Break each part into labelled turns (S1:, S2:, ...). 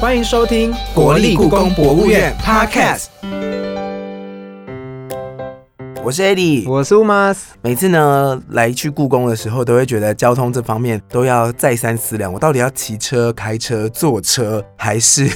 S1: 欢迎收听
S2: 国立故宫博物院 Podcast。我是 Eddie，
S1: 我是乌马斯。
S2: 每次呢来去故宫的时候，都会觉得交通这方面都要再三思量，我到底要骑车、开车、坐车还是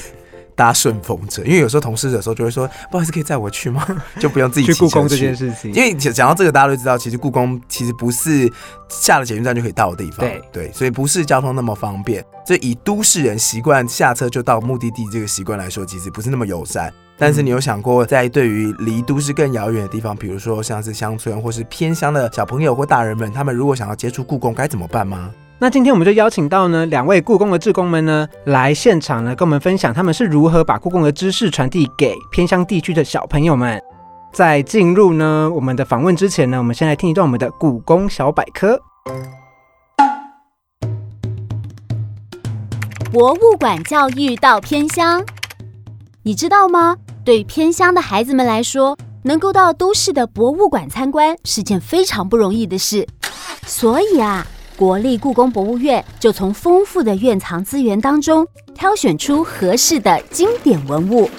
S2: 搭顺风车？因为有时候同事有时候就会说，不好意思，可以载我去吗？就不用自己
S1: 去
S2: 骑
S1: 故宫
S2: 车
S1: 这件
S2: 去。
S1: 事情，
S2: 因为讲讲到这个，大家都知道，其实故宫其实不是下了捷运站就可以到的地方，
S1: 对
S2: 所以不是交通那么方便。所以以都市人习惯下车就到目的地这个习惯来说，其实不是那么友善。但是你有想过，在对于离都市更遥远的地方，比如说像是乡村或是偏乡的小朋友或大人们，他们如果想要接触故宫，该怎么办吗？
S1: 那今天我们就邀请到呢两位故宫的志工们呢来现场呢跟我们分享他们是如何把故宫的知识传递给偏乡地区的小朋友们。在进入呢我们的访问之前呢，我们先来听一段我们的故宫小百科。
S3: 博物馆教育到偏乡，你知道吗？对偏乡的孩子们来说，能够到都市的博物馆参观是件非常不容易的事。所以啊，国立故宫博物院就从丰富的院藏资源当中挑选出合适的经典文物，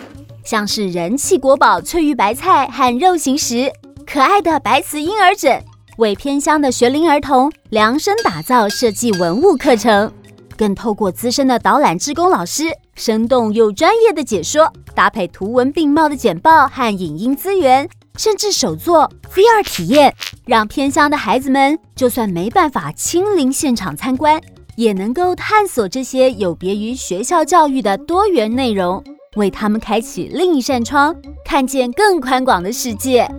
S3: 像是人气国宝翠玉白菜和肉形石、可爱的白瓷婴儿枕，为偏乡的学龄儿童量身打造设计文物课程。更透过资深的导览志工老师生动又专业的解说，搭配图文并茂的简报和影音资源，甚至手作 VR 体验，让偏乡的孩子们就算没办法亲临现场参观，也能够探索这些有别于学校教育的多元内容，为他们开启另一扇窗，看见更宽广的世界。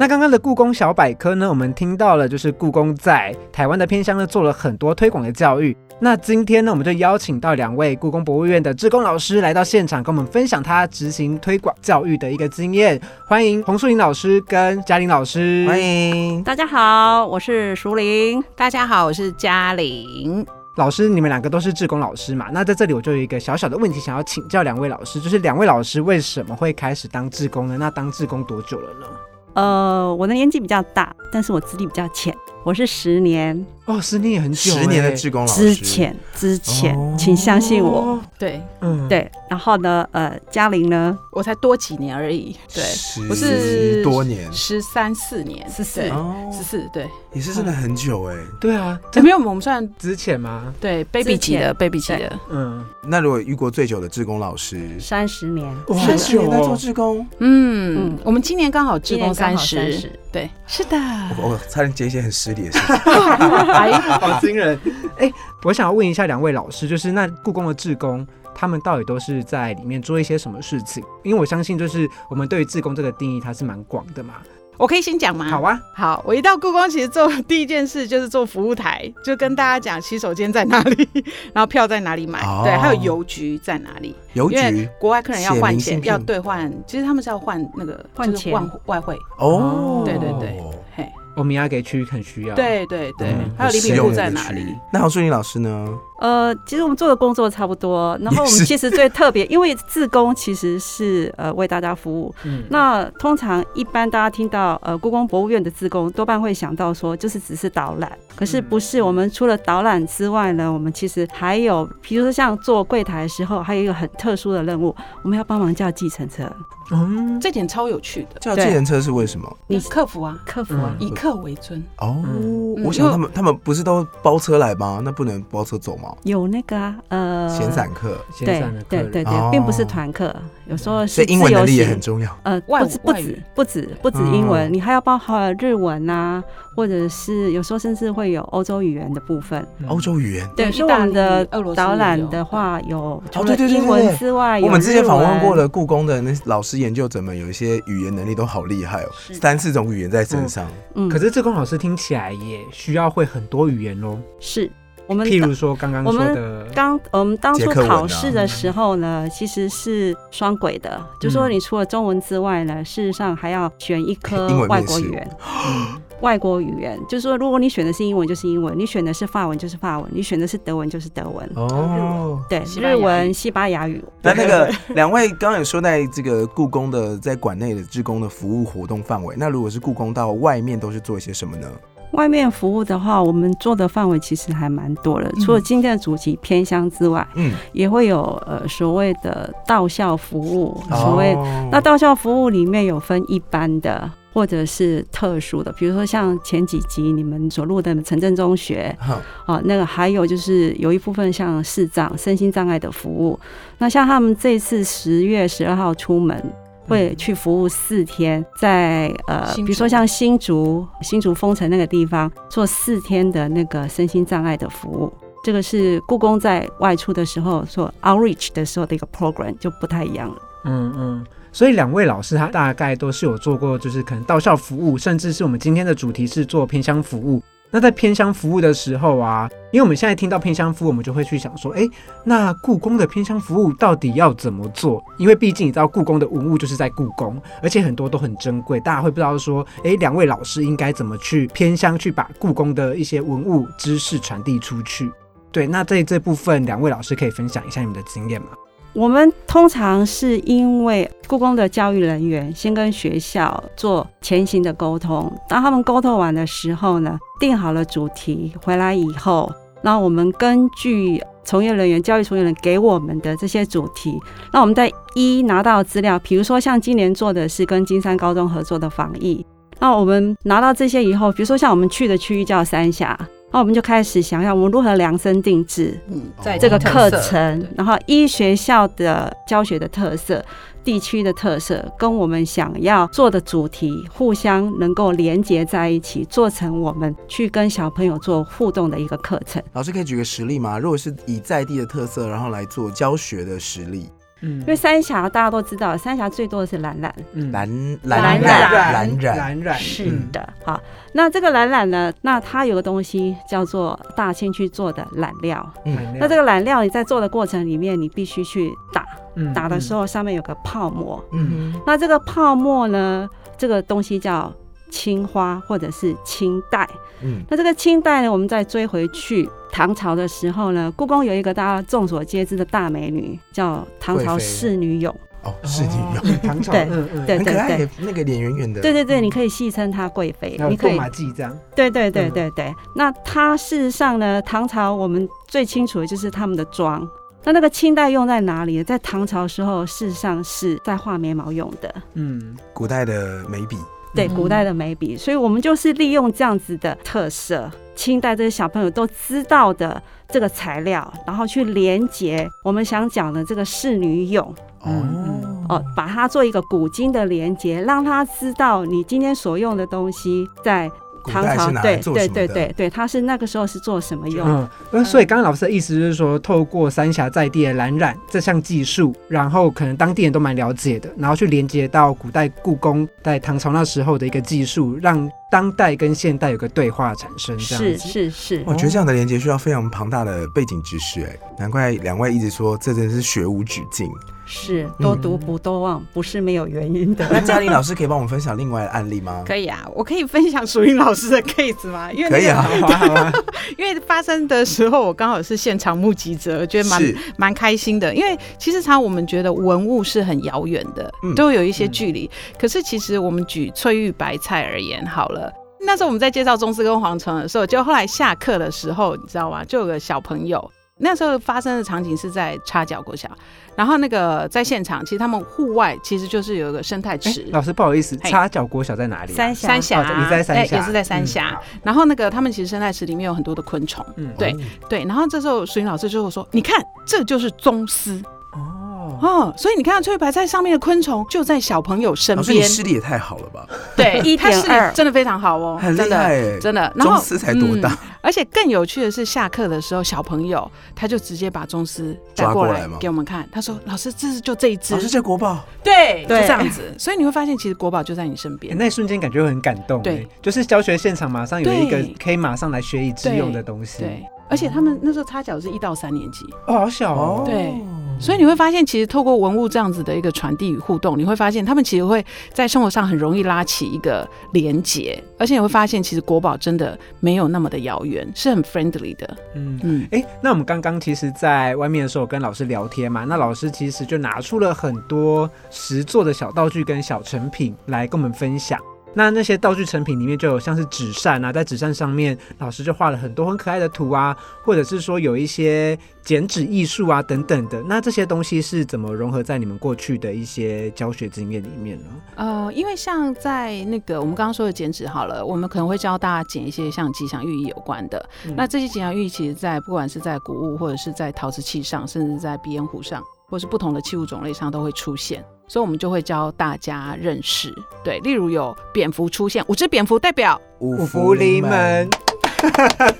S1: 那刚刚的故宫小百科呢，我们听到了，就是故宫在台湾的偏乡呢做了很多推广的教育。那今天呢，我们就邀请到两位故宫博物院的志工老师来到现场，跟我们分享他执行推广教育的一个经验。欢迎洪树林老师跟嘉玲老师。
S2: 欢迎。
S4: 大家好，我是淑玲。大家好，我是嘉玲。
S1: 老师，你们两个都是志工老师嘛？那在这里我就有一个小小的问题想要请教两位老师，就是两位老师为什么会开始当志工呢？那当志工多久了呢？
S4: 呃，我的年纪比较大，但是我资历比较浅。我是十年
S1: 哦，十年也很久、欸，
S2: 十年的志工老
S4: 之
S2: 师，
S4: 前之前，
S2: 哦
S4: 请相信我。
S5: 对
S1: 嗯，
S4: 对，然后呢，呃，嘉玲呢，
S5: 我才多几年而已，对，
S2: 十
S5: 我是
S2: 多年，
S5: 十三四年，十四
S2: 哦
S5: 十四，对，
S2: 也是真的很久哎、
S1: 对啊，这
S5: 哎没有，我们算
S1: 之前吗？
S5: 对 baby 级的 baby 级的，
S1: 嗯，
S2: 那如果遇过最久的志工老师，
S4: 三十年，
S1: 哇
S2: 三十年在做
S1: 哦
S2: 志工，
S5: 嗯
S4: 嗯
S5: 我们今年刚好志
S4: 今年
S5: 工
S4: 刚
S5: 三
S4: 好
S5: 十，
S4: 30
S5: 对，是的，
S2: 我我差点接一些很失礼的事情。
S5: 哎，
S1: 好惊人！ 哎、我想要问一下两位老师，就是那故宫的志工，他们到底都是在里面做一些什么事情？因为我相信，就是我们对于志工这个定义，它是蛮广的嘛。
S5: 我可以先讲吗？
S4: 嗯
S1: 好啊，
S5: 好，我一到故宫，其实做第一件事就是做服务台，就跟大家讲洗手间在哪里， 然后票在哪里买，
S2: 哦
S5: 对，还有邮局在哪里，
S2: 邮
S5: 因
S2: 局
S5: 为国外客人要
S2: 写
S5: 换
S2: 明信
S5: 钱，
S2: 片
S5: 要兑换，其实他们是要换那个
S4: 换
S5: 就是
S4: 钱
S5: 换外汇，
S2: 哦，
S5: 对对对，嘿，
S1: 欧米亚给区很需要。，
S5: 对对对
S1: 嗯，
S5: 还有
S2: 很
S5: 礼
S2: 实
S5: 品
S2: 啊用
S5: 库
S2: 的
S5: 在
S2: 一个
S5: 哪
S2: 区
S5: 里？？
S2: 嗯那黄淑玲老师呢？
S4: 呃，其实我们做的工作差不多。然后我
S2: 也是
S4: 们其实最特别，因为自工其实是呃为大家服务。
S1: 嗯，
S4: 那通常一般大家听到呃故宫博物院的自工，多半会想到说就是只是导览，可是不是。我们除了导览之外呢，我们其实还有，比如说像做柜台的时候，还有一个很特殊的任务，我们要帮忙叫计程车，
S1: 嗯，
S5: 这点超有趣的，
S2: 叫计
S4: 对
S2: 程车是为什么？
S4: 你
S5: 客服啊，
S4: 客服啊。
S1: 嗯
S5: 以客为尊，
S2: 哦，
S1: 嗯
S2: 我
S5: 嗯
S2: 想
S5: 因为
S2: 他们他们不是都包车来吗？那不能包车走吗？
S4: 有那个啊，
S5: 嗯
S4: 呃，
S2: 闲散客，
S4: 对
S1: 闲散的客
S4: 对
S1: 人
S4: 对
S2: 哦
S4: 对，并不是团课，有时候
S2: 所
S4: 是
S2: 以英文
S4: 自由
S2: 能力也
S4: 行
S2: 很。哦重要。
S4: 呃，
S5: 外
S4: 不止
S5: 文
S4: 不
S5: 外
S4: 止
S5: 语
S4: 不止不止英文，
S1: 嗯
S4: 你还要包含日文啊，或者是有时候甚至会有欧洲语言的部分。
S1: 嗯
S2: 欧洲语言，
S4: 对，
S5: 对
S4: 所以我们的
S5: 意大利俄罗斯
S4: 导
S5: 也
S4: 览
S5: 有
S4: 的话，有除
S2: 哦
S4: 了
S2: 对对对
S4: 英
S2: 对
S4: 文
S2: 对
S4: 之外，
S2: 我们
S4: 有
S2: 之前
S4: 日
S2: 访问
S4: 文
S2: 过的故宫的那老师研究者们，有一些语言能力都好厉害哦，三四种语言在身上。
S4: 嗯，
S1: 可是志工老师听起来也需要会很多语言哦，
S4: 是我们
S1: 譬如说刚刚
S4: 我
S1: 说
S4: 们
S1: 的，
S4: 刚我们当
S2: 捷
S4: 初
S2: 克文啊
S4: 考试的时候呢，其实是双轨的，就
S2: 嗯
S4: 说你除了中文之外呢，事实上还要选一科
S2: 英文
S4: 外
S2: 面
S4: 国
S2: 试
S4: 语言。嗯外国语言，就是说，如果你选的是英文，就是英文；你选的是法文，就是法文；你选的是德文，就是德文。
S2: 哦，
S4: 对，
S5: 西班牙
S4: 日
S5: 语
S4: 文、西班牙语。
S2: 那那个两位刚刚有说在这个故宫的在馆内的志工的服务活动范围，那如果是故宫到外面都是做一些什么呢？
S4: 外面服务的话，我们做的范围其实还蛮多的，除了今天的主题偏乡之外，
S2: 嗯，
S4: 也会有呃所谓的到校服务，所谓那到校服务里面有分一般的。或者是特殊的，比如说像前几集你们所录的城镇中学
S2: 哼
S4: 啊，那个还有就是有一部分像视障、身心障碍的服务。那像他们这次十月十二号出门，
S5: 嗯
S4: 会去服务四天，在呃，比
S5: 新
S4: 如说
S5: 竹
S4: 像新竹、新竹封城那个地方，做四天的那个身心障碍的服务。这个是故宫在外出的时候做 outreach 的时候的一个 program，就不太一样了。
S1: 嗯嗯，所以两位老师他大概都是有做过，就是可能到校服务，甚至是我们今天的主题是做偏乡服务。那在偏乡服务的时候啊，因为我们现在听到偏乡服务，我们就会去想说，哎，那故宫的偏乡服务到底要怎么做？因为毕竟你知道，故宫的文物就是在故宫，而且很多都很珍贵，大家会不知道说，哎，两位老师应该怎么去偏乡去把故宫的一些文物知识传递出去？对，那在这部分，两位老师可以分享一下你们的经验吗？
S4: 我们通常是因为故宫的教育人员先跟学校做前行的沟通，当他们沟通完的时候呢，定好了主题，回来以后，那我们根据从业人员、教育从业人员给我们的这些主题，那我们在一拿到资料，比如说像今年做的是跟金山高中合作的防疫，那我们拿到这些以后，比如说像我们去的区域叫三峡，那我们就开始想想我们如何量身定制，
S5: 嗯，在
S4: 这个课
S5: 特色
S4: 程，然后依学校的教学的特色、地区的特色，跟我们想要做的主题互相能够连接在一起，做成我们去跟小朋友做互动的一个课程。
S2: 老师可以举个实例吗？如果是以在地的特色，然后来做教学的实例，
S1: 嗯
S4: 因为三峡大家都知道，三峡最多的是蓝蓝，
S1: 嗯
S2: 蓝
S4: 蓝
S2: 染
S5: 染
S2: 蓝染，
S1: 蓝染
S4: 是的，好，那这个蓝染呢，那它有个东西叫做大庆去做的染料，
S2: 嗯
S4: 那这
S1: 个
S4: 个染料你在做的过程里面，你必须去打，打的时，候上面有个泡沫，
S2: 嗯
S4: 那这个泡沫呢，这个东西叫青花或者是青黛。
S2: 嗯
S4: 那这个青黛呢，我们再追回去唐朝的时候呢，故宫有一个大家众所皆知的大美女，叫唐朝
S2: 贵妃
S4: 仕女俑。
S2: 哦，是你有
S1: 有唐朝，
S4: 对
S1: 嗯嗯，
S4: 对
S2: 很
S4: 对
S2: 可爱
S4: 对。
S2: 的那个脸圆圆
S1: 啊
S2: 的，
S4: 对对对，你可以戏称她贵妃，
S1: 然后
S4: 你可
S1: 过嗯
S4: 以
S1: 马髻这样，
S4: 对对对
S1: 嗯
S4: 对对。那她事实上呢，唐朝我们最清楚的就是他们的妆。那那个青黛用在哪里呢？在唐朝时候，事实上是在画眉毛用的。
S1: 嗯，
S2: 古代的眉笔，
S4: 对
S5: 嗯
S4: 古代的眉笔，所以我们就是利用这样子的特色，清代这些小朋友都知道的这个材料，然后去连接我们想讲的这个仕女俑
S1: 嗯
S4: 哦、把它做一个古今的连接，让他知道你今天所用的东西在
S2: 古
S4: 唐
S2: 代
S4: 朝
S2: 是拿来
S4: 对
S2: 做
S4: 对
S2: 什么
S4: 对
S2: 的
S4: 对对，它是那个时候是做什么用的
S1: 嗯，那所以刚刚老师的意思就是说，透过三峡在地的蓝染这项技术，然后可能当地人都蛮了解的，然后去连接到古代故宫在唐朝那时候的一个技术，让当代跟现代有个对话产生，这样
S4: 是
S1: 子，
S4: 是是
S2: 我，觉得这样的连接需要非常庞大的背景知识，哎，难怪两位一直说这真的是学无止境。嗯
S4: 是多读不多忘，不是没有原因的。
S2: 那嘉玲老师可以帮我们分享另外的案例吗？
S5: 可以啊，我可以分享淑英老师的 case 吗？因为、
S2: 可
S5: 那个、
S2: 以啊，
S1: 好啊好 啊，
S5: 因为发生的时候，我刚好是现场目击者，我觉得蛮
S2: 是
S5: 蛮开心的。因为其实常常我们觉得文物是很遥远的，
S2: 嗯
S5: 都有一些距离。可是其实我们举翠玉白菜而言好了。那时候我们在介绍中式跟皇城的时候，就后来下课的时候，你知道吗？就有个小朋友，那时候发生的场景是在插脚国小，然后那个在现场，其实他们户外其实就是有一个生态
S1: 哎
S5: 池，
S1: 老师不好意思，
S5: 嘿
S1: 插脚国小在哪里啊？
S4: 三峡
S5: 三峡，
S1: 哦你在三
S5: 哎
S1: 峡，
S5: 也是在三
S1: 嗯
S5: 峡。，然后那个他们其实生态池里面有很多的昆虫，
S1: 嗯，
S5: 对对。然后这时候水云老师就会说：“你看，这就是宗师
S1: 哦，
S5: 哦，所以你看到翠玉白菜上面的昆虫就在小朋友身
S2: 老师你
S5: 边，
S2: 视力也太好了吧，
S5: 对，
S4: 1.2
S5: 他视力真的非常好哦，
S2: 很
S5: 真
S2: 厉
S5: 的
S2: 害哎。
S5: 真的。然
S2: 宗
S5: 后
S2: 师才多大？
S5: 嗯而且更有趣的是，下课的时候，小朋友他就直接把宗师带
S2: 抓过
S5: 过
S2: 来
S5: 来
S2: 吗
S5: 给我们看，他说：“老师，这是就这一只
S2: 老，师这国宝，
S5: 对，就
S4: 对
S5: 这样子。”所以你会发现，其实国宝就在你身 边
S1: 欸。那一瞬间感觉会很感动，
S5: 对
S1: 欸，就是教学现场马上有一个
S5: 对
S1: 可以马上来学以致用的东西，
S5: 对，而且他们那时候插脚是一到三年级，
S1: 哦，好小哦，
S5: 对，所以你会发现，其实透过文物这样子的一个传递与互动，你会发现他们其实会在生活上很容易拉起一个连结，而且你会发现，其实国宝真的没有那么的遥远，是很 friendly 的。
S1: 嗯。
S5: 嗯，
S1: 哎、那我们刚刚其实，在外面的时候有跟老师聊天嘛，那老师其实就拿出了很多实做的小道具跟小成品来跟我们分享。那那些道具成品里面就有像是纸扇啊，在纸扇上面老师就画了很多很可爱的图啊，或者是说有一些剪纸艺术啊等等的。那这些东西是怎么融合在你们过去的一些教学经验里面呢？
S5: 呃，因为像在那个我们刚刚说的剪纸好了，我们可能会教大家剪一些像吉祥寓意有关的。那这些吉祥寓意，其实在不管是在谷物，或者是在陶瓷器上，甚至在鼻烟壶上，或是不同的器物种类上都会出现。所以，我们就会教大家认识，对，例如有蝙蝠出现，五只蝙蝠代表
S2: 五
S1: 五福临门，，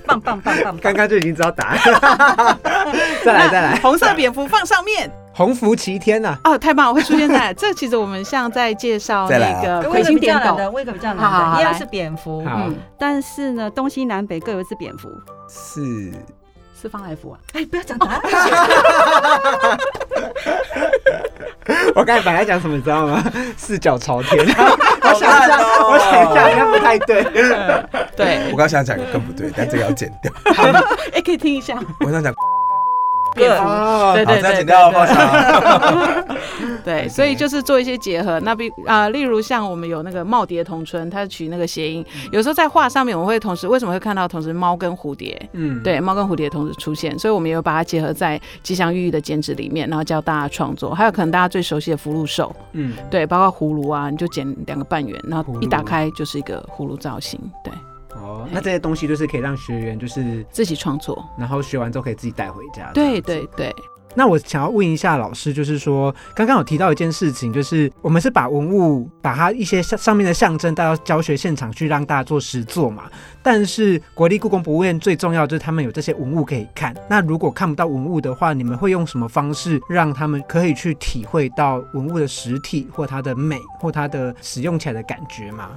S4: 棒棒棒棒
S1: 刚
S4: 棒！
S1: 刚就已经知道答案， 再来再来，
S5: 红色蝙蝠放上面，
S1: 鸿福齐天啊呐、
S5: 哦，太棒了，会出现在这。其实我们像在介绍
S2: 再来啊
S5: 那个
S4: 我
S5: 魁
S4: 一个
S5: 星
S4: 比较
S5: 颠
S4: 难
S5: 斗，
S4: 的，我一个比较
S5: 好好
S4: 难
S5: 好
S4: 的，一样
S5: 来
S4: 是蝙蝠，
S1: 好
S5: 嗯，
S4: 但是呢，东西南北各有一只蝙蝠。
S2: 是
S5: 四方来福啊，
S4: 哎，不要讲答案，
S1: 我刚才本来讲什么，你知道吗？ 四脚朝 天。
S2: 好
S1: 想一
S2: 烂
S1: 下，
S2: 哦
S1: 我想一下，好像不太 对。
S5: 对
S2: 我，刚想讲个更不对，但这个要剪掉。
S5: 哎，可以听一下，
S2: 我想讲，
S5: 蝙蝠
S1: 哦
S5: 对
S2: 好，
S5: 对
S2: 这
S5: 对
S2: 样
S5: 对
S2: 剪掉，
S5: 对
S2: 放上。
S5: 对，
S2: OK
S5: 所以就是做一些结合。那比啊、例如像我们有那个耄耋同春，它取那个谐音。有时候在画上面，我们会同时为什么会看到同时猫跟蝴蝶？
S1: 嗯，
S5: 对，猫跟蝴蝶同时出现，所以我们也有把它结合在吉祥寓意的剪纸里面，然后教大家创作。还有可能大家最熟悉的福禄寿，
S1: 嗯，
S5: 对，包括葫芦啊，你就剪两个半圆，然后
S1: 葫芦
S5: 一打开就是一个葫芦造型，对
S1: 哦，那这些东西就是可以让学员就是，
S5: 自己创作。
S1: 然后学完之后可以自己带回家。
S5: 对对。对，
S1: 那我想要问一下老师，就是说，刚刚有提到一件事情，就是我们是把文物，把它一些上上面的象征带到教学现场去，让大家做实作嘛。但是国立故宫博物院最重要就是他们有这些文物可以看。那如果看不到文物的话，你们会用什么方式让他们可以去体会到文物的实体或它的美或它的使用起来的感觉吗？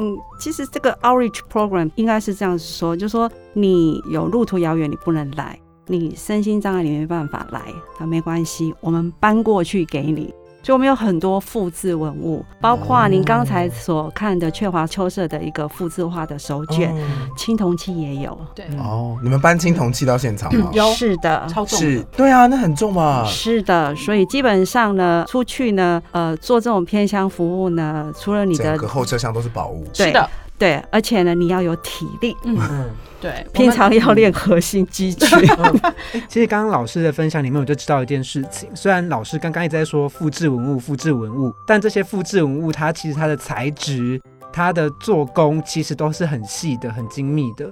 S4: 嗯，其实这个 outreach program 应该是这样子说，就是说你有路途遥远，你不能来，你身心障碍你没办法来，那没关系，我们搬过去给你。所以我们有很多复制文物，包括您刚才所看的雀华秋社的一个复制化的手卷，青铜器也有。
S2: 哦，你们搬青铜器到现场吗？
S5: 有
S4: 是的，
S5: 超重
S2: 是，对啊，那很重吧？
S4: 是的，所以基本上呢，出去呢，呃，做这种偏乡服务呢，除了你
S2: 整
S4: 的
S2: 个后车厢都是宝物。
S4: 对
S5: 是的，
S4: 对，而且呢，你要有体力，
S1: 嗯，
S5: 对，
S4: 平常要
S5: 练。
S4: 练核心肌 群。
S5: 嗯
S1: 其实刚刚老师的分享里面，我就知道一件事情。虽然老师刚刚一直在说复制文物、复制文物，但这些复制文物它其实它的材质、它的做工其实都是很细的、很精密的，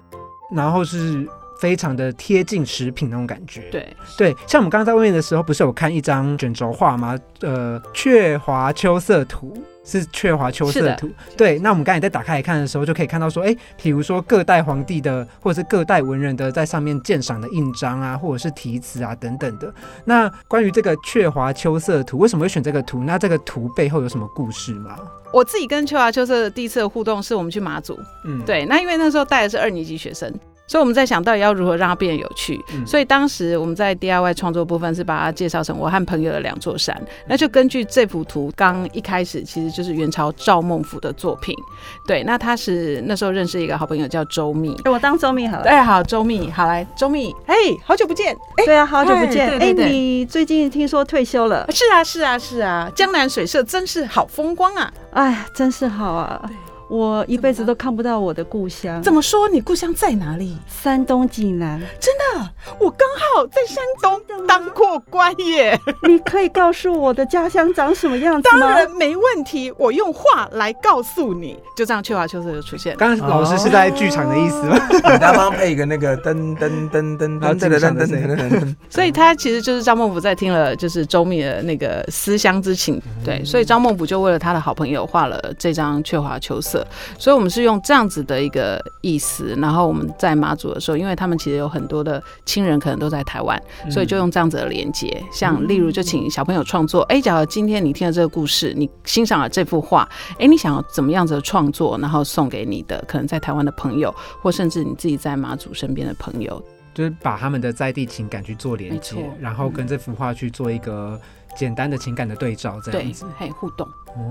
S1: 然后是非常的贴近实品那种感觉。
S5: 对，
S1: 对，像我们刚刚在外面的时候，不是有看一张卷轴画吗？呃，雀华秋色图。是雀华秋
S5: 是
S1: 色
S5: 的
S1: 图，对。那我们刚才在打开来看的时候，就可以看到说，哎、比如说各代皇帝的，或者是各代文人的在上面鉴赏的印章啊，或者是题词啊等等的。那关于这个雀华秋色图，为什么会选这个图？那这个图背后有什么故事吗？
S5: 我自己跟秋华秋社的第一次的互动是我们去马祖，
S1: 嗯，，
S5: 对，那因为那时候带的是二年级学生，所以我们在想到底要如何让它变得有趣。
S1: 嗯
S5: 所以当时我们在 DIY 创作部分是把它介绍成我和朋友的两座山。那就根据这幅图，刚一开始其实就是元朝赵孟俯的作品。对，那他是那时候认识一个好朋友叫周密。
S4: 我当周密好了。
S5: 哎，好，周密，好来，周密，哎，好久不见，哎。
S4: 对啊，好久不见。
S5: 哎
S4: 哎、
S5: 对对对
S4: 你最近听说退休了？
S5: 是啊，是啊，是啊，江南水社真是好风光啊！
S4: 哎，真是好啊
S5: 对！
S4: 我一辈子都看不到我的故乡，
S5: 怎么说？你故乡在哪里？
S4: 山东济南？
S5: 我刚好在山东当过官耶。
S4: 你可以告诉我的家乡长什么样子
S5: 当
S4: 吗？
S5: 然没问题，我用话来告诉你。就这样，缺乏秋色就出现了。
S1: 刚刚老师是在剧场的意思吗？
S2: 你刚刚配一个那个噔噔噔噔噔
S1: 然后
S2: 噔
S1: 进
S2: 噔
S1: 场
S2: 噔
S1: 的
S2: 噔
S1: 声音
S2: 噔噔，
S5: 所以他其实就是张孟甫在听了就是周密的那个思乡之情，对，所以张孟甫就为了他的好朋友画了这张《雀华秋色》，所以我们是用这样子的一个意思。然后我们在马祖的时候，因为他们其实有很多的亲人可能都在台湾，
S1: 嗯
S5: 所以就用这样子的连接，像例如就请小朋友创作，
S1: 嗯
S5: 哎，假如今天你听了这个故事，你欣赏了这幅画，哎，你想要怎么样子的创作，然后送给你的可能在台湾的朋友，或甚至你自己在马祖身边的朋友，
S1: 就是把他们的在地情感去做连
S5: 没
S1: 接
S5: 错，嗯
S1: 然后跟这幅画去做一个简单的情感的对照这样
S5: 对
S1: 子。，
S5: 嘿，互动。
S1: 哦，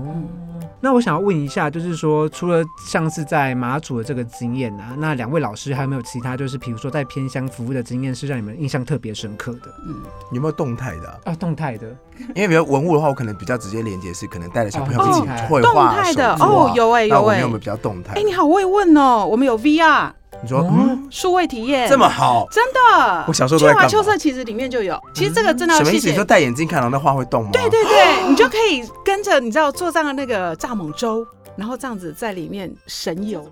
S1: 那我想要问一下，就是说，除了像是在马祖的这个经验啊，那两位老师还有没有其他，就是比如说在偏乡服务的经验，是让你们印象特别深刻的
S2: 有没有动态的啊、
S1: 啊？动态的，
S2: 因为比较文物的话，我可能比较直接连接是可能带着小朋友
S5: 哦
S2: 一起绘
S5: 动
S2: 画、
S5: 态
S2: 手
S5: 的
S2: 作啊
S5: 哦有欸
S2: 那
S5: 有
S2: 我们
S5: 欸
S2: 有没有比较动态？
S5: 哎、你好会问哦，我们有 VR
S2: 你说
S1: 哦
S2: 嗯，
S5: 数位体验，
S2: 这么好，
S5: 真的？
S2: 我小时候都在
S5: 春
S2: 干
S5: 华
S2: 嘛
S5: 秋色其实里面就有，其实这个真的要
S2: 什么
S5: 谢
S2: 意思？
S5: 谢。
S2: 你说戴眼镜看到那画会动吗？
S5: 对对对，你就可以跟着你知道坐上了那个蚱蜢舟，然后这样子在里面神游。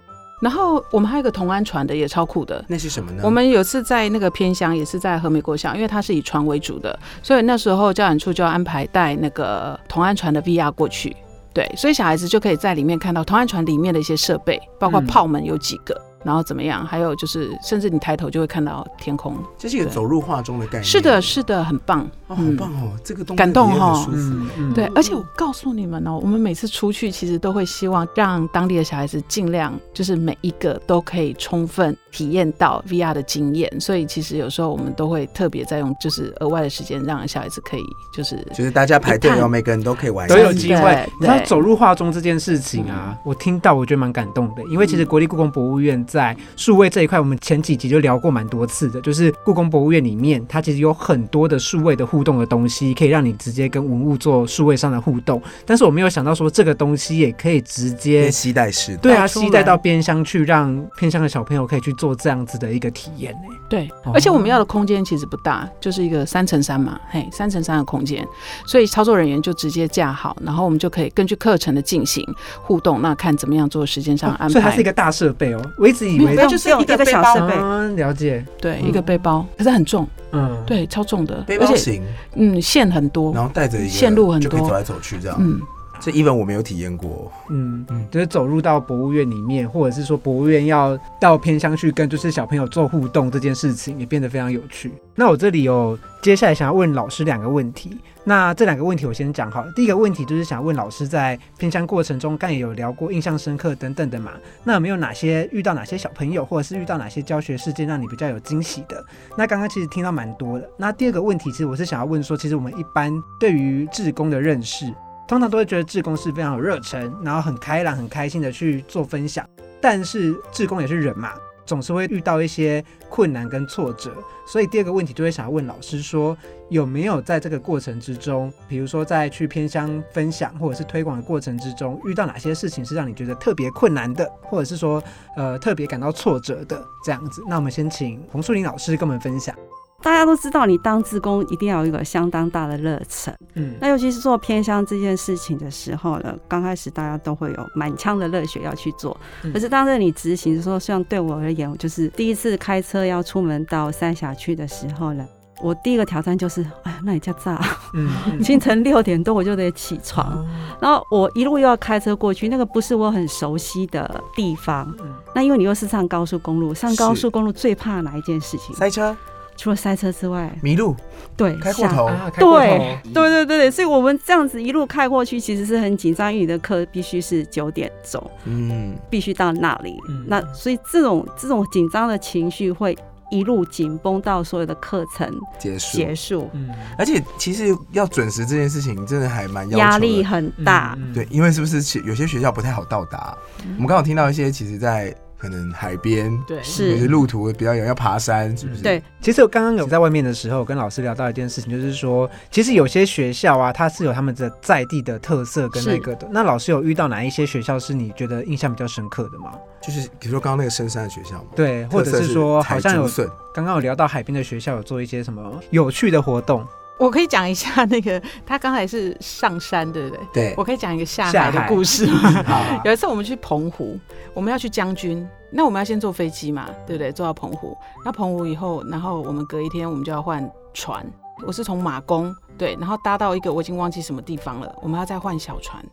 S5: 然后我们还有一个同安船的也超酷的，
S2: 那是什么呢？
S5: 我们有次在那个偏乡，也是在和美国乡，因为它是以船为主的，所以那时候教演处就安排带那个同安船的 VR 过去。对，所以小孩子就可以在里面看到同安船里面的一些设备，包括
S1: 嗯
S5: 炮门有几个，然后怎么样，还有就是甚至你抬头就会看到天空。
S2: 这是一个
S5: 对
S2: 走入画中的概念。
S5: 是的，是的，很棒。嗯
S2: 哦，好棒哦，这个东西
S5: 感动哦
S2: 很舒服。
S1: 嗯嗯，
S5: 对
S4: 嗯，
S5: 而且我告诉你们哦，我们每次出去其实都会希望让当地的小孩子尽量就是每一个都可以充分体验到 VR 的经验，所以其实有时候我们都会特别再用就是额外的时间让小孩子可以就是
S2: 就是大家排队
S5: 一
S2: 哦，
S5: 趟
S2: 每个人都可以玩一下
S1: 都有机会
S5: 对。
S1: 你知道
S5: 对
S1: 走入画中这件事情啊，我听到我觉得蛮感动的，因为其实国立故宫博物院在数位这一块，我们前几集就聊过蛮多次的，就是故宫博物院里面，它其实有很多的数位的互动的东西，可以让你直接跟文物做数位上的互动。但是我没有想到说这个东西也可以直接
S2: 跟。吸带式的。
S1: 对啊，
S5: 带出门
S1: 吸带到边乡去，让偏乡的小朋友可以去做这样子的一个体验呢、
S5: 对
S1: 哦，
S5: 而且我们要的空间其实不大，就是一个三乘三嘛，嘿，三乘三的空间，所以操作人员就直接架好，然后我们就可以根据课程的进行互动，那看怎么样做时间上的安
S1: 哦所以它
S5: 排嗯
S1: 是一。个大设备哦。我一直以为
S4: 没有
S5: 就是
S4: 用
S5: 一个
S4: 一个
S5: 背
S4: 小
S5: 包啊
S4: 设备，
S1: 嗯，了解，
S5: 对，
S1: 嗯
S5: 一个背包，可是很重，
S1: 嗯，，
S5: 对，超重的，
S2: 背
S5: 而
S2: 包
S5: 且
S2: 型，
S5: 嗯线很多，
S2: 然后带着一个
S5: 线路很
S2: 就可以
S5: 多
S2: 走来走去这样。
S5: 嗯，
S2: 这 even 我没有体验过，
S1: 嗯
S2: 嗯，
S1: 就是走入到博物院里面，或者是说博物院要到偏乡去跟就是小朋友做互动这件事情，也变得非常有趣。那我这里有接下来想要问老师两个问题，那这两个问题我先讲好了。第一个问题就是想问老师，在偏乡过程中，刚也有聊过印象深刻等等的嘛，那有没有哪些遇到哪些小朋友，或者是遇到哪些教学事件让你比较有惊喜的？那刚刚其实听到蛮多的。那第二个问题，其实我是想要问说，其实我们一般对于志工的认识，通常都会觉得志工是非常有热忱，然后很开朗、很开心的去做分享。但是志工也是人嘛，总是会遇到一些困难跟挫折。所以第二个问题就会想要问老师说，有没有在这个过程之中，比如说在去偏乡分享或者是推广的过程之中，遇到哪些事情是让你觉得特别困难的，或者是说呃特别感到挫折的这样子？那我们先请洪树林老师跟我们分享。
S4: 大家都知道，你当志工一定要有一个相当大的热忱。
S1: 嗯
S4: 那尤其是做偏乡这件事情的时候呢，刚开始大家都会有满腔的热血要去做
S1: 嗯。
S4: 可是当这你执行的时候，像对我而言，我就是第一次开车要出门到三峡去的时候呢，我第一个挑战就是，哎，那你叫炸，
S1: 嗯，嗯
S4: 清晨六点多我就得起床，
S2: 哦
S4: 然后我一路又要开车过去，那个不是我很熟悉的地方。
S1: 嗯
S4: 那因为你又是上高速公路，上高
S2: 是
S4: 速公路最怕哪一件事情？
S2: 塞车、
S4: 除了塞车之外，
S2: 迷路、
S4: 对，
S2: 开
S4: 下
S2: 过头，
S1: 啊，开过头
S4: 对对对对对，所以我们这样子一路开过去，其实是很紧张，因为你的课必须是九点钟，
S2: 嗯，
S4: 必须到那里。
S1: 嗯
S4: 那所以这种这种紧张的情绪会一路紧绷到所有的课程
S2: 结束。
S4: 结束，
S1: 嗯，
S2: 而且其实要准时这件事情，真的还蛮要求的
S4: 压力很大。
S1: 嗯，
S2: 对，因为是不是其有些学校不太好到达？我们刚好听到一些，其实在可能海边，
S5: 对，
S4: 是
S2: 有些路途比较远，要爬山，是不是？
S4: 对，
S1: 其实我刚刚有在外面的时候，跟老师聊到一件事情，就是说，其实有些学校啊，它是有他们的在地的特色跟那个的。那老师有遇到哪一些学校是你觉得印象比较深刻的吗？
S2: 就是比如说刚刚那个深山的学校嘛，
S1: 对，或者
S2: 特色
S1: 是说，
S2: 采
S1: 好像有
S2: 竹笋
S1: 刚刚有聊到海边的学校有做一些什么有趣的活动，
S5: 我可以讲一下那个，他刚才是上山，对不对？
S2: 对
S5: 我，可以讲一个下
S1: 下
S5: 海的
S1: 海
S5: 故事吗？
S2: 好，
S5: 有一次我们去澎湖，我们要去将军，那我们要先坐飞机嘛，对不对？坐到澎湖，那澎湖以后，然后我们隔一天我们就要换船。我是从马公对，然后搭到一个我已经忘记什么地方了，我们要再换小船，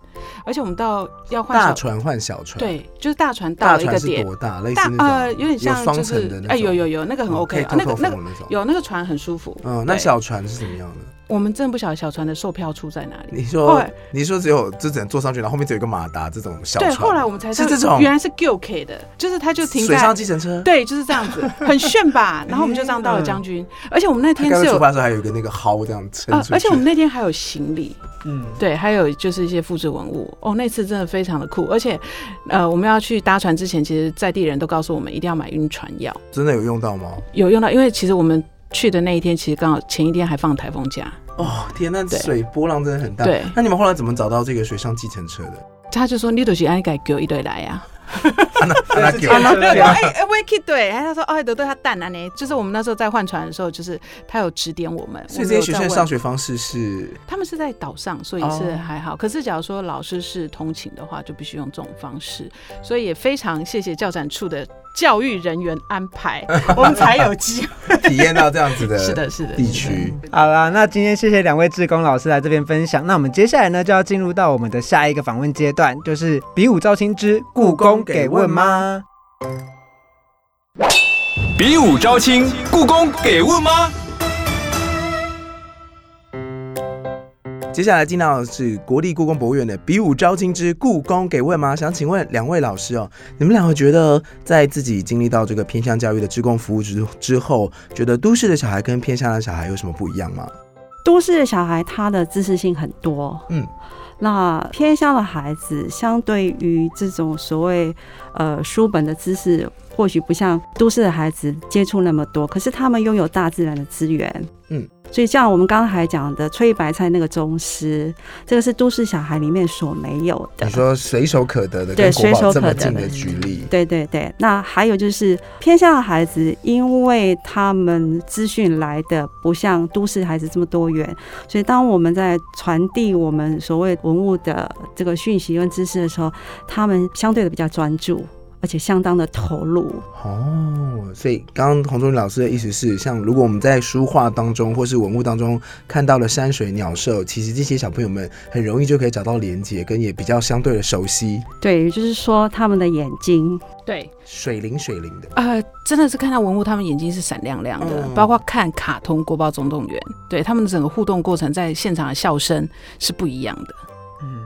S5: 而且我们到要换
S2: 大
S5: 小
S2: 船换小船，，
S5: 对，就是大船到
S2: 大
S5: 了一个
S2: 船是
S5: 点，
S2: 多大？类似
S5: 大
S2: 那
S5: 呃
S2: 种
S5: 有点像
S2: 双
S5: 就
S2: 层
S5: 是
S2: 的那
S5: 哎有
S2: 种
S5: 有有那个很
S2: 哦
S5: OK，、
S2: 可以
S5: 啊那
S2: 透
S5: 个
S2: 透
S5: 那
S2: 风
S5: 个
S2: 的那种。
S5: 有那个船很舒服，
S2: 嗯，那
S5: 对
S2: 小船是怎么样的？
S5: 我们真的不晓得小船的售票处在哪里。
S2: 你
S5: 后
S2: 说
S5: 来，
S2: 你说只有就只能坐上去，然后后面只有一个马达这种小
S5: 对，
S2: 船，
S5: 后来我们才知道
S2: 是这种
S5: 原来是 g i l K 的，就是他就停
S2: 水上
S5: 在。
S2: 计程车。
S5: 对，就是这样子，很 炫吧？然后我们就这样到了将军，而且我们
S2: 嗯
S5: 那
S2: 他
S5: 天
S2: 刚
S5: 是
S2: 刚
S5: 有
S2: 出发的时候还有一个那个蒿这样撑
S5: 啊
S2: 出，去，
S5: 而且我们那天还有行李，
S1: 嗯，
S5: 对，还有就是一些复制文物。哦，那次真的非常的酷，而且，呃，我们要去搭船之前，其实在地人都告诉我们一定要买晕船药，
S2: 真的有用到吗？
S5: 有用到，因为其实我们去的那一天，其实刚好前一天还放台风假，
S2: 哦，天，那
S5: 对
S2: 水波浪真的很大。
S5: 对，
S2: 那你们后来怎么找到这个水上计程车的？
S5: 他就说你都是爱改给我一堆来呀、
S2: 啊那啊 那给我
S1: 啊那
S5: 对，我说哎哎，我也可以对，然后他说哦，都对他淡啊呢，就是我们那时候在换船的时候，就是他有指点我们，
S2: 所以
S5: 我
S2: 这
S5: 们有
S2: 些学
S5: 在
S2: 生的
S5: 问
S2: 上学哦方式是
S5: 他们是在岛上，所以是还好。可是假如说老师是通勤的话，就必须用这种方式。所以也非常谢谢教展处的教育人员安排，我们才有机 会。
S2: 体验到这样子的，
S5: 是的，是的，
S2: 地
S5: 是的
S2: 区。
S1: 好啦，那今天谢谢两位志工老师来这边分享。那我们接下来呢，就要进入到我们的下一个访问阶段，就是比武招亲之故宫给问吗？
S6: 比武招亲，故宫给问吗？
S2: 接下来进到的是国立故宫博物院的“比武招亲之故宫给问吗？”想请问两位老师哦，你们两个觉得在自己经历到这个偏向教育的职工服务之之后，觉得都市的小孩跟偏乡的小孩有什么不一样吗？
S4: 都市的小孩他的自视性很多，
S2: 嗯，
S4: 那偏乡的孩子相对于这种所谓呃书本的知识，或许不像都市的孩子接触那么多，可是他们拥有大自然的资源，
S2: 嗯，
S4: 所以像我们刚才讲的翠玉白菜那个宗师，这个是都市小孩里面所没有的
S2: 你。说随手可得的
S4: 对
S2: 跟国
S4: 随
S2: 宝
S4: 手
S2: 这么
S4: 可得
S2: 近
S4: 的
S2: 的举例，
S4: 对对对，那还有就是偏向的孩子，因为他们资讯来的不像都市孩子这么多元，所以当我们在传递我们所谓文物的这个讯息跟知识的时候，他们相对的比较专注，而且相当的投入。
S2: 哦，所以刚刚洪忠宇老师的意思是，像如果我们在书画当中或是文物当中看到了山水鸟兽，其实这些小朋友们很容易就可以找到连接，跟也比较相对的熟悉
S4: 对，也就是说他们的眼睛，
S5: 对，
S2: 水灵水灵的。
S5: 呃，真的是看到文物，他们眼睛是闪亮亮的，
S2: 嗯
S5: 包括看卡通《国宝总动员》，对他们的整个互动过程，在现场的笑声是不一样的。
S1: 嗯，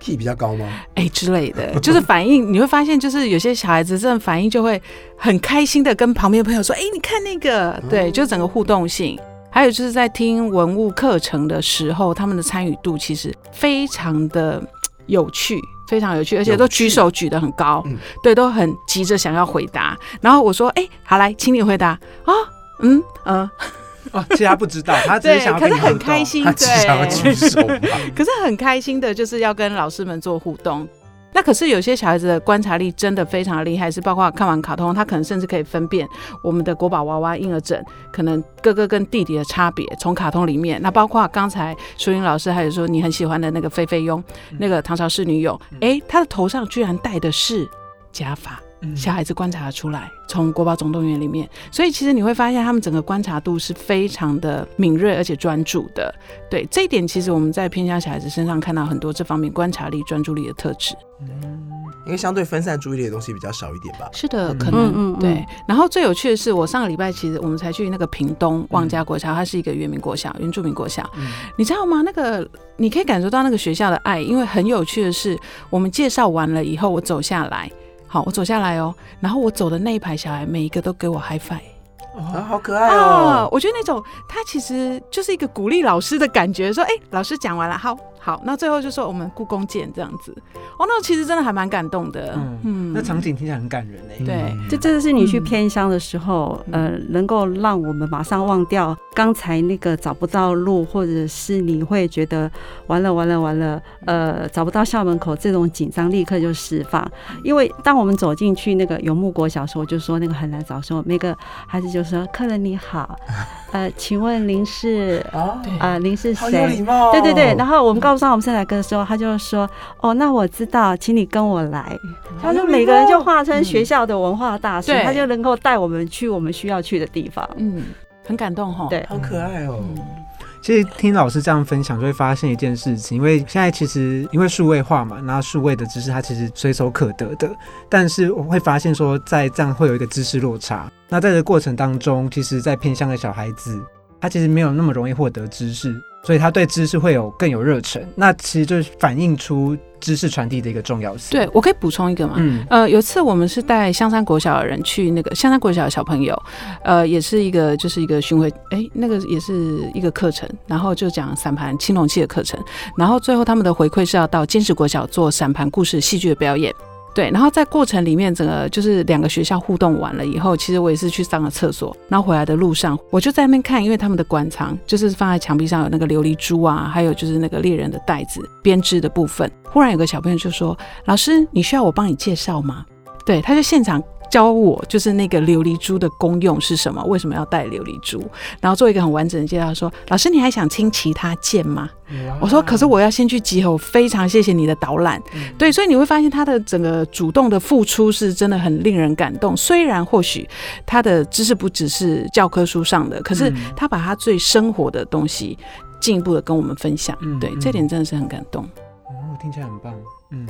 S2: key 比较高吗？
S5: 哎之类的，就是反应，你会发现，就是有些小孩子这种反应就会很开心的跟旁边的朋友说：“哎，你看那个。”对，就整个互动性。还有就是在听文物课程的时候，他们的参与度其实非常的嘖有趣，非常有趣，而且都
S2: 有趣
S5: 举手举得很高，
S2: 嗯
S5: 对，都很急着想要回答。然后我说：“哎，好来，请你回答啊，嗯嗯、呃
S1: 哦，其实他不知道，他只
S5: 对
S1: 是想，要
S5: 可
S1: 跟
S5: 是
S1: 你
S5: 很
S1: 互动
S5: 开。心，
S2: 他
S5: 对
S2: 只，想要举
S1: 嗯
S2: 手吧。
S5: 可是很开心的，就是要跟老师们做互动。那可是有些小孩子的观察力真的非常厉害，是包括看完卡通，他可能甚至可以分辨我们的国宝娃娃婴儿枕可能哥哥跟弟弟的差别，从卡通里面。那包括刚才淑云老师还有说你很喜欢的那个菲菲庸，那个唐朝仕女友，诶，她的头上居然戴的是假发。
S1: 嗯
S5: 小孩子观察得出来，从《国宝总动员》里面，所以其实你会发现他们整个观察度是非常的敏锐而且专注的。对这一点，其实我们在偏向小孩子身上看到很多这方面观察力、专注力的特质。
S2: 因为相对分散注意力的东西比较少一点吧。
S5: 是的，
S1: 嗯
S5: 可
S4: 嗯
S5: 能、
S4: 嗯，嗯
S5: 对。然后最有趣的是，我上个礼拜其实我们才去那个屏东望家国小，它是一个原民国小、原住民国小。
S1: 嗯
S5: 你知道吗？那个你可以感受到那个学校的爱，因为很有趣的是，我们介绍完了以后，我走下来，好，我走下来哦，然后我走的那一排小孩，每一个都给我 high five。
S2: 啊，好可爱
S1: 哎
S5: 啊，
S2: 哦！
S5: 我觉得那种他其实就是一个鼓励老师的感觉，说哎、老师讲完了，好好，那最后就说我们故宫见这样子。哦，那其实真的还蛮感动的，
S1: 嗯，那场景听起来很感人哎。
S5: 对
S2: 嗯
S4: 这这是你去
S5: 嗯
S4: 偏乡的时候，
S5: 嗯
S4: 呃，能够让我们马上忘掉刚才那个找不到路，或者是你会觉得完了完了完了，呃，找不到校门口这种紧张，立刻就释放。因为当我们走进去那个游牧国小时候，我就说那个很难找，说每个孩子就说：“客人你好，呃，请问您是
S2: 啊，
S5: 对
S4: 呃您是
S2: 好有
S4: 谁
S2: 礼？”貌哦。
S4: 对对对，然后我们告诉他我们是哪个的时候，他就说：“哦，那我知道，请你跟我来。”他就每个人就化身学校的文化大使，
S5: 嗯对
S4: 他就能够带我们去我们需要去的地方。
S5: 嗯，很感动哈。
S4: 对
S2: 好可爱哦。
S1: 其实听老师这样分享，就会发现一件事情，因为现在其实因为数位化嘛，然后数位的知识它其实随手可得的，但是我会发现说，在这样会有一个知识落差。那在这个过程当中，其实，在偏向的小孩子。他其实没有那么容易获得知识，所以他对知识会有更有热忱。那其实就是反映出知识传递的一个重要性。，
S5: 对，我可以补充一个吗？
S1: 嗯，
S5: 呃，有一次我们是带香山国小的人去那个香山国小的小朋友，呃，也是一个就是一个巡回，哎，那个也是一个课程，然后就讲散盘青铜器的课程，然后最后他们的回馈是要到坚持国小做散盘故事戏剧的表演。对，然后在过程里面，整个就是两个学校互动完了以后，其实我也是去上了厕所，然后回来的路上，我就在那边看，因为他们的馆藏就是放在墙壁上有那个琉璃珠啊，还有就是那个猎人的袋子编织的部分。忽然有个小朋友就说：“老师，你需要我帮你介绍吗？”对，他就现场教我，就是那个琉璃珠的功用是什么，为什么要戴琉璃珠，然后做一个很完整的介绍，说：“老师，你还想听其他剑吗？”
S1: 嗯
S5: 我说：“可是我要先去集合，我非常谢谢你的导览。
S1: 嗯
S5: 对，所以你会发现他的整个主动的付出是真的很令人感动。虽然或许他的知识不只是教科书上的，可是
S1: 嗯
S5: 他把他最生活的东西进一步的跟我们分享，
S1: 嗯
S5: 对
S1: 嗯，
S5: 这点真的是很感动。
S1: 哦，听起来很棒。嗯，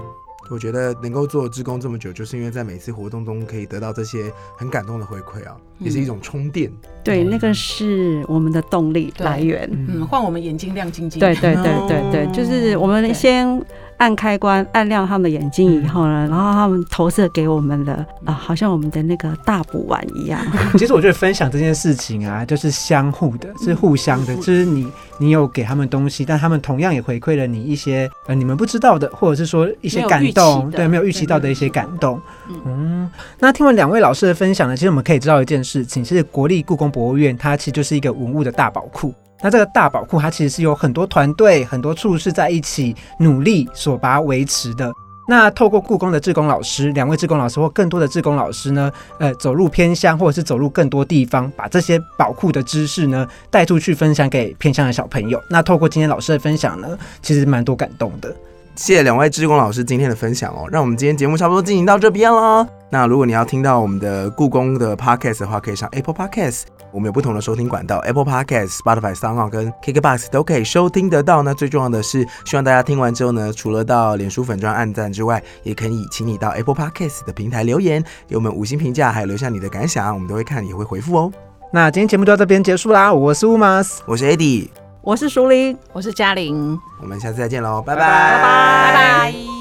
S2: 我觉得能够做志工这么久，就是因为在每次活动中可以得到这些很感动的回馈啊，也是一种充电。
S4: 嗯对，那个是我们的动力
S5: 对
S4: 来源。
S5: 嗯，换我们眼睛亮晶晶。
S4: 对对对对对，就是我们
S5: 对
S4: 先按开关，按亮他们的眼睛以后呢，然后他们投射给我们了啊，好像我们的那个大补丸一样。
S1: 其实我觉得分享这件事情啊，就是相互的，是互相的，就是你你有给他们东西，但他们同样也回馈了你一些呃你们不知道的，或者是说一些感
S5: 没有预
S1: 动，
S5: 期的
S1: 对，没有预期到的一些感动。嗯，那听完两位老师的分享呢，其实我们可以知道一件事情，其实国立故宫博物院它其实就是一个文物的大宝库。那这个大宝库，它其实是有很多团队、很多处室在一起努力所把它维持的。那透过故宫的志工老师，两位志工老师或更多的志工老师呢，呃，走入偏乡或者是走入更多地方，把这些宝库的知识呢带出去分享给偏乡的小朋友。那透过今天老师的分享呢，其实蛮多感动的。
S2: 谢谢两位志工老师今天的分享哦，让我们今天节目差不多进行到这边啦。那如果你要听到我们的故宫的 podcast 的话，可以上 Apple Podcast，我们有不同的收听管道，Apple Podcast、Spotify、s o u n d 跟 KKBox 都可以收听得到。那最重要的是，希望大家听完之后呢，除了到脸书粉专按赞之外，也可以请你到 Apple Podcast 的平台留言，给我们五星评价，还有留下你的感想，我们都会看也会回复哦。
S1: 那今天节目就到这边结束啦，我是乌马斯，
S2: 我是 Eddie，
S4: 我是熟龄，
S5: 我是嘉玲，
S2: 我们下次再见喽，拜
S1: 拜
S2: 拜
S4: 拜拜。